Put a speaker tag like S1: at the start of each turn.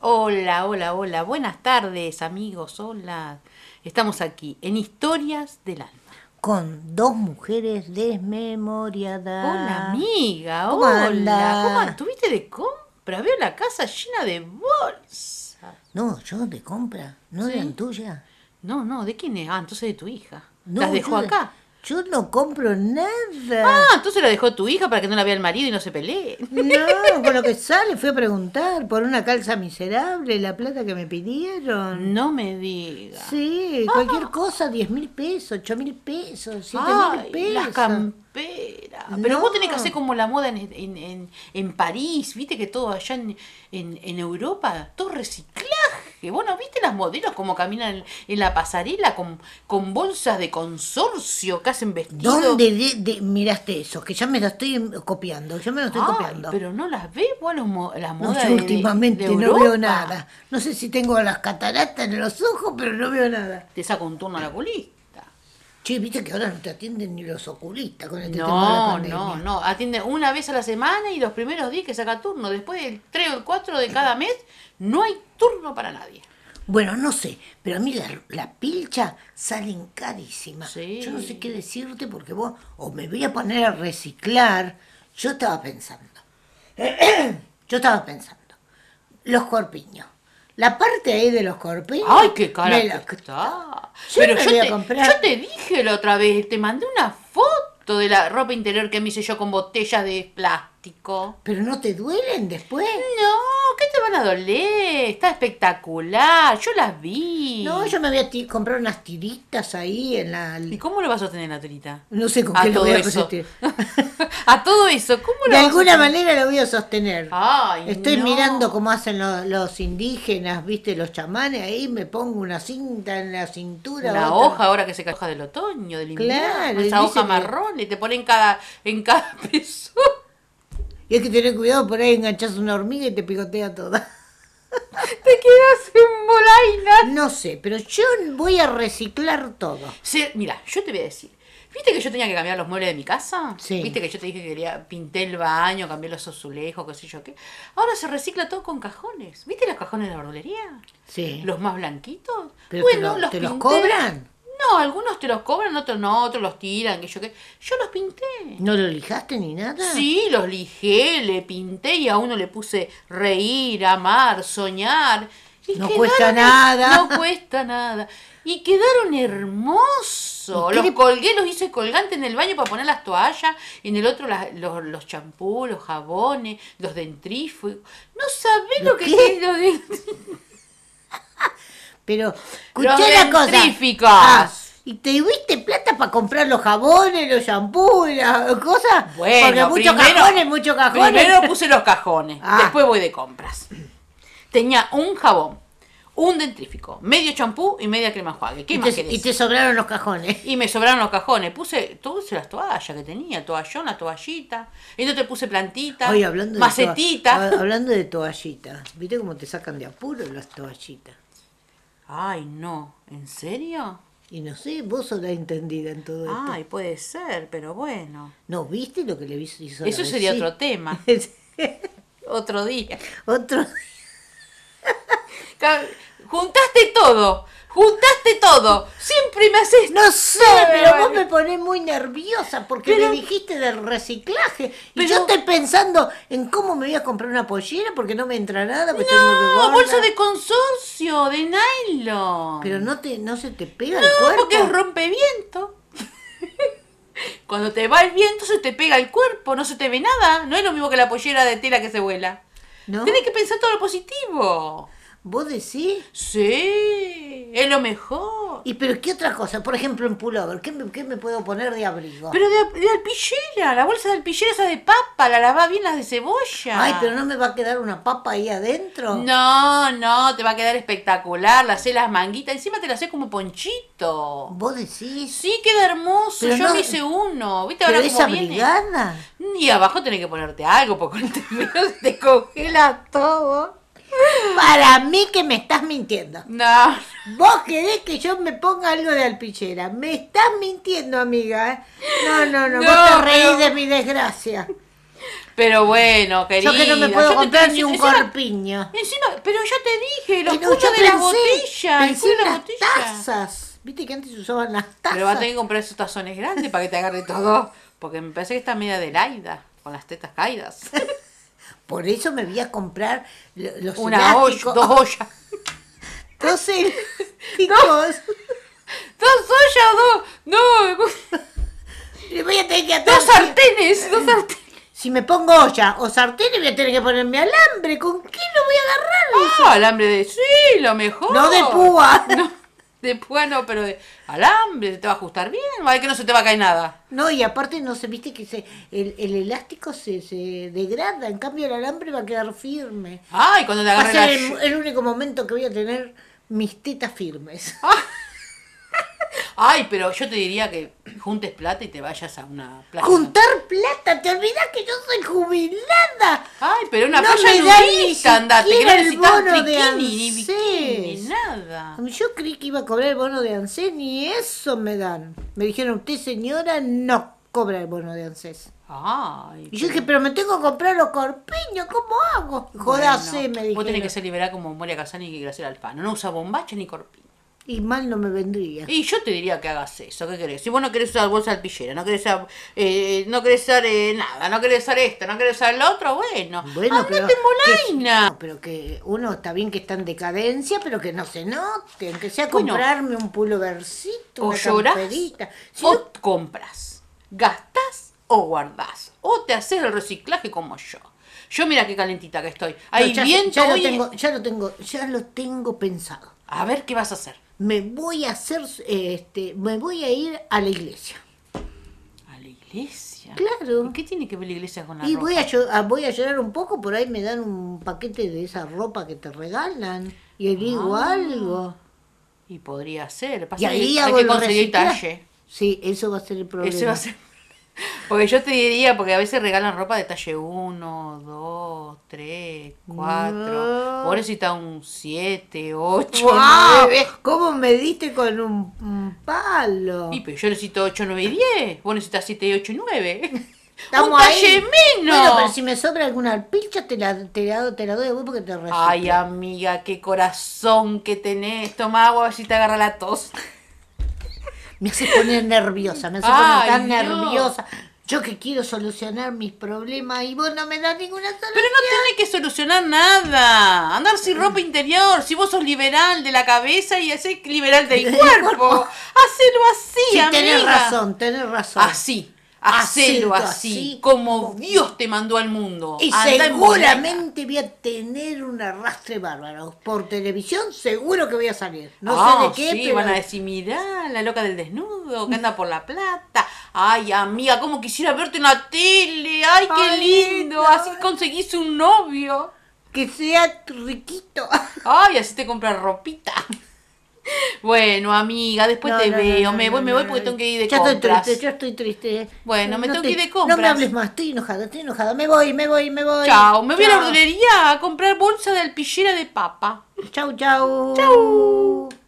S1: Hola, hola, hola. Buenas tardes, amigos. Hola. Estamos aquí en Historias del Alma.
S2: Con dos mujeres desmemoriadas.
S1: Hola, amiga.
S2: Ah. ¿Cómo
S1: hola.
S2: anda?
S1: ¿Cómo anduviste de compra? Veo la casa llena de bolsas.
S2: No, yo de compra, no
S1: Sí.
S2: eran tuyas.
S1: No, no, ¿de quién es? Ah, entonces de tu hija.
S2: No,
S1: ¿Las dejó
S2: yo-
S1: acá?
S2: Yo no compro nada.
S1: Ah, entonces la dejó tu hija para que no la vea el marido y no se peleen.
S2: No, con lo que sale fui a preguntar por una calza miserable, la plata que me pidieron.
S1: No me digas.
S2: Sí,
S1: Ah.
S2: cualquier cosa, 10 mil pesos, 8 mil pesos, 7 mil
S1: Ay, las
S2: pesos.
S1: camperas. Pero vos
S2: No.
S1: tenés que hacer como la moda en, en, en, en París, viste que todo allá en, en, en Europa, todo reciclaje. Vos no viste las modelos como caminan en, en la pasarela con, con bolsas de consorcio que hacen vestidos.
S2: ¿Dónde de- de- miraste eso? Que ya me lo estoy em, copiando, ya me lo estoy
S1: Ay,
S2: copiando.
S1: pero no las ves vos a los mo- las
S2: No,
S1: modas
S2: yo
S1: de- de-
S2: últimamente
S1: de
S2: no veo
S1: Europa?
S2: nada. No sé si tengo las cataratas en los ojos, pero no veo nada.
S1: Te saca un turno a la colista.
S2: Che, viste que ahora no te atienden ni los oculistas con este tema de la
S1: No,
S2: pandemia.
S1: no, no. Atiende una vez a la semana y los primeros días que saca turno. Después del 3 o el 4 de cada mes, no hay turno para nadie.
S2: Bueno, no sé, pero a mí la, la pilcha salen carísimas.
S1: Sí.
S2: Yo no sé qué decirte porque vos o me voy a poner a reciclar. Yo estaba pensando. Yo estaba pensando. Los corpiños. La parte ahí de los corpiños.
S1: ¡Ay, qué cara
S2: me
S1: que
S2: la-
S1: está!
S2: Yo
S1: Pero
S2: me
S1: yo
S2: voy a
S1: te,
S2: comprar-
S1: yo te dije la otra vez, te mandé una foto de la ropa interior que me hice yo con botellas de plástico.
S2: Pero no te duelen después.
S1: No, ¿qué te van a doler? Está espectacular, yo las vi.
S2: No, yo me voy a ti- comprar unas tiritas ahí en la.
S1: ¿Y cómo lo vas a sostener la tirita?
S2: No sé con
S1: A
S2: qué lo
S1: todo
S2: voy a
S1: eso.
S2: resistir.
S1: a todo eso, ¿cómo lo
S2: De
S1: vas a
S2: alguna
S1: sostener?
S2: manera lo voy a sostener.
S1: Ay,
S2: Estoy
S1: no.
S2: mirando cómo hacen lo- los indígenas, viste, los chamanes, ahí me pongo una cinta en la cintura.
S1: La
S2: otra.
S1: hoja ahora que se caja del otoño, del invierno,
S2: Claro,
S1: esa
S2: y
S1: hoja
S2: dice que-
S1: marrón y te ponen cada, en cada peso.
S2: Y hay que tener cuidado, por ahí enganchas una hormiga y te picotea toda.
S1: Te quedas en bolaina.
S2: No sé, pero yo voy a reciclar todo.
S1: Se- mira, yo te voy a decir. ¿Viste que yo tenía que cambiar los muebles de mi casa?
S2: Sí.
S1: ¿Viste que yo te dije que quería pinté el baño, cambié los azulejos, qué sé yo qué? Ahora se recicla todo con cajones. ¿Viste los cajones de la verdulería?
S2: Sí.
S1: ¿Los más blanquitos?
S2: Pero te lo- ¿te los cobran?
S1: No, algunos te los cobran, otros no, otros los tiran, que yo qué. Yo los pinté.
S2: ¿No lo lijaste ni nada?
S1: Sí, los lijé, le pinté y a uno le puse reír, amar, soñar. Y
S2: No
S1: quedaron-
S2: cuesta nada.
S1: No cuesta nada. Y quedaron hermosos.
S2: ¿Y qué
S1: Los
S2: le-
S1: colgué, los hice colgante en el baño para poner las toallas, en el otro las- los, los champús, los jabones, los dentrífugos. No sabés lo,
S2: ¿Los
S1: que
S2: qué?
S1: es lo de...
S2: Pero, escuchá
S1: Los
S2: la cosa.
S1: dentríficos.
S2: Ah, ¿Y te diste plata para comprar los jabones, los shampoos, las cosas? Porque muchos cajones, muchos cajones.
S1: Primero puse los cajones,
S2: Ah.
S1: después voy de compras. Tenía un jabón, un dentrífico, medio champú y media crema enjuague. ¿Qué
S2: y,
S1: más
S2: te,
S1: querés?
S2: y te sobraron los cajones.
S1: Y me sobraron los cajones. Puse, puse las toallas que tenía, toallón, la toallita. Y entonces puse plantita,
S2: Oye, hablando de
S1: macetita.
S2: toa- ha- hablando de toallitas, ¿viste cómo te sacan de apuro las toallitas? Ah.
S1: Ay, no, ¿en serio?
S2: Y no sé, vos sos la entendida en todo esto.
S1: Ay, puede ser, pero bueno.
S2: ¿No viste lo que le hizo? hizo la
S1: Eso sería
S2: vecina?
S1: otro tema, otro día.
S2: otro.
S1: Ca- Juntaste todo, juntaste todo. Siempre me haces
S2: No sé, pero vos me ponés muy nerviosa porque
S1: Pero-
S2: me dijiste del reciclaje. Y
S1: Pero-
S2: yo estoy pensando en cómo me voy a comprar una pollera porque no me entra nada. porque estoy muy
S1: No,
S2: gorda.
S1: bolsa de consorcio, de nylon.
S2: Pero no, te, no se te pega el
S1: no,
S2: cuerpo.
S1: porque es rompeviento. Cuando te va el viento se te pega el cuerpo, no se te ve nada. No es lo mismo que la pollera de tela que se vuela.
S2: ¿No?
S1: Tienes que pensar todo lo positivo.
S2: ¿Vos decís?
S1: Sí, es lo mejor.
S2: ¿Y pero qué otra cosa? Por ejemplo, en pullover, ¿qué me, qué me puedo poner de abrigo?
S1: Pero de, de alpillera, la bolsa de alpillera esa de papa, la lavás bien las de cebolla.
S2: Ay, pero no me va a quedar una papa ahí adentro.
S1: No, no, te va a quedar espectacular. La hacé las manguitas, encima te la hacé como ponchito.
S2: ¿Vos decís?
S1: Sí, queda hermoso.
S2: Pero
S1: Yo
S2: no-
S1: me hice uno. ¿Viste
S2: ¿Pero
S1: ahora
S2: es
S1: cómo viene?
S2: abrigada?
S1: Y abajo tenés que ponerte algo porque con el terreno se te congela todo.
S2: Para mí que me estás mintiendo.
S1: No.
S2: Vos querés que yo me ponga algo de alpichera. Me estás mintiendo, amiga. ¿eh? No, no,
S1: No,
S2: no, Vos te reís
S1: pero-
S2: de mi desgracia.
S1: Pero bueno, querida.
S2: Yo que no me puedo
S1: yo te
S2: comprar
S1: estoy
S2: ni un
S1: diciendo- encima-
S2: corpiño.
S1: Encima, pero yo te dije, los
S2: Pero
S1: culos
S2: yo
S1: de la
S2: pensé-
S1: botella, el
S2: pensé
S1: culo de
S2: en
S1: la
S2: las
S1: botella.
S2: tazas. Viste que antes usaban las tazas.
S1: Pero va a tener que comprar esos tazones grandes para que te agarre todo. Porque me parece que está media de laida, con las tetas caídas.
S2: Por eso me voy a comprar lo- los
S1: Una olla,
S2: elásticos.
S1: dos ollas.
S2: Dos elásticos.
S1: Dos ollas, dos. No,
S2: Le voy a tener que atar.
S1: dos sartenes, dos sartenes.
S2: Si me pongo olla o sartén, le voy a tener que ponerme alambre. ¿Con qué lo voy a agarrar?
S1: Ah, alambre de. Sí, lo mejor.
S2: No de púa.
S1: No, de púa no, pero de alambre, te va a ajustar bien. Va a ver que no se te va a caer nada.
S2: No, y aparte no se viste que se, el, el elástico se, se degrada, en cambio el alambre va a quedar firme.
S1: Ay, cuando te
S2: Va a
S1: agarre la.
S2: ser el, el único momento que voy a tener mis tetas firmes.
S1: Ay, pero yo te diría que juntes plata y te vayas a una playa.
S2: Juntar plata, te olvidas que yo soy jubilada.
S1: Ay, pero una
S2: No
S1: playa
S2: me da ni
S1: nudista, andate, que no
S2: siquiera el
S1: necesitas
S2: bono de
S1: bikini, ni bikini,
S2: ANSES.
S1: ni nada.
S2: Yo creí que iba a cobrar el bono de ANSES, ni eso me dan. Me dijeron, usted señora, no cobra el bono de ANSES.
S1: Ay.
S2: Y yo dije, pero me tengo que comprar los corpiños, ¿cómo hago? Jodase,
S1: bueno,
S2: me
S1: Vos tenés que
S2: dijeron.
S1: ser liberada como Moria Casani y Graciela Alfano. No usa bombacha ni corpiño.
S2: Y mal no me vendría.
S1: Y yo te diría que hagas eso, ¿qué querés? Si vos no querés usar bolsa alpillera, no querés usar, eh, no querés usar eh, nada, no querés usar esto, no querés usar lo otro, bueno,
S2: Bueno,
S1: andate
S2: pero que-
S1: en molaina.
S2: no, pero que uno está bien que está en decadencia, pero que no se note, que sea
S1: Bueno.
S2: comprarme un pulovercito,
S1: O
S2: una
S1: llorás, Oh,
S2: camperita. Si
S1: o
S2: no-
S1: compras, gastás o guardás, o te haces el reciclaje como yo. Yo mira qué calentita que estoy. Ahí
S2: no, ya,
S1: viento
S2: ya
S1: hoy-
S2: lo tengo, ya lo tengo, ya lo tengo pensado.
S1: A ver qué vas a hacer.
S2: Me voy a hacer, eh, este, me voy a ir a la iglesia.
S1: A la iglesia.
S2: Claro.
S1: ¿Y qué tiene que ver la iglesia con la
S2: Y
S1: ropa?
S2: voy a, llo- a- voy a llorar un poco, por ahí me dan un paquete de esa ropa que te regalan. Y digo
S1: Ah.
S2: algo.
S1: Y podría ser.
S2: Y
S1: Pasa que
S2: ahí
S1: hay
S2: hago
S1: que
S2: el
S1: conseguir
S2: reciclaje.
S1: talle.
S2: Sí, eso va a ser el problema.
S1: Ese va a ser. Porque yo te diría, porque a veces regalan ropa de talle 1, 2, 3, 4.
S2: No.
S1: Por eso está un 7, 8,
S2: ¡Guau!
S1: 9.
S2: ¿Cómo me diste con un, un palo?
S1: Y pero yo necesito 8, 9 y 10. Vos necesitas 7, 8 y 9.
S2: Estamos
S1: un talle
S2: ahí.
S1: menos.
S2: Bueno, pero si me sobra alguna alpilcha, te la, te la, do- te la doy a vos porque te reciclo.
S1: Ay, amiga, qué corazón que tenés. Toma agua, a ver si te agarra la tos.
S2: Me hace poner nerviosa, me hace
S1: Ay,
S2: poner tan
S1: no.
S2: nerviosa. Yo que quiero solucionar mis problemas y vos no me das ninguna solución.
S1: Pero no tenés que solucionar nada. Andar sin ropa interior. Si vos sos liberal de la cabeza y hacés liberal del
S2: Del
S1: cuerpo.
S2: cuerpo.
S1: Hacelo así,
S2: Sí,
S1: amiga. Ah,
S2: tenés razón, tenés razón.
S1: Así. Hacelo
S2: Hacelo
S1: así,
S2: así,
S1: Como
S2: como-
S1: Dios te mandó al mundo.
S2: Y
S1: Andá en bola.
S2: seguramente voy a tener un arrastre bárbaro. Por televisión seguro que voy a salir. No
S1: Ah,
S2: sé de qué,
S1: sí,
S2: pero...
S1: van a decir, mirá, la loca del desnudo, que anda por la plata. Ay, amiga, cómo quisiera verte en la tele. Ay, qué
S2: Ay,
S1: lindo.
S2: no.
S1: Así conseguís un novio.
S2: Que sea riquito.
S1: Ay, así te compras ropita. Bueno, amiga, después
S2: No,
S1: te
S2: no, no,
S1: veo.
S2: no,
S1: me
S2: no,
S1: voy, me
S2: no,
S1: voy
S2: no,
S1: porque
S2: no.
S1: tengo que ir de
S2: ya
S1: compras.
S2: estoy triste, ya estoy triste.
S1: Bueno, me tengo que ir de
S2: No
S1: compras.
S2: me hables más, estoy enojada, estoy enojada. Me voy, me voy, me voy.
S1: Chao, me voy a la
S2: Chao.
S1: verdulería a comprar bolsa de alpillera de papa.
S2: Chau, chau. Chau.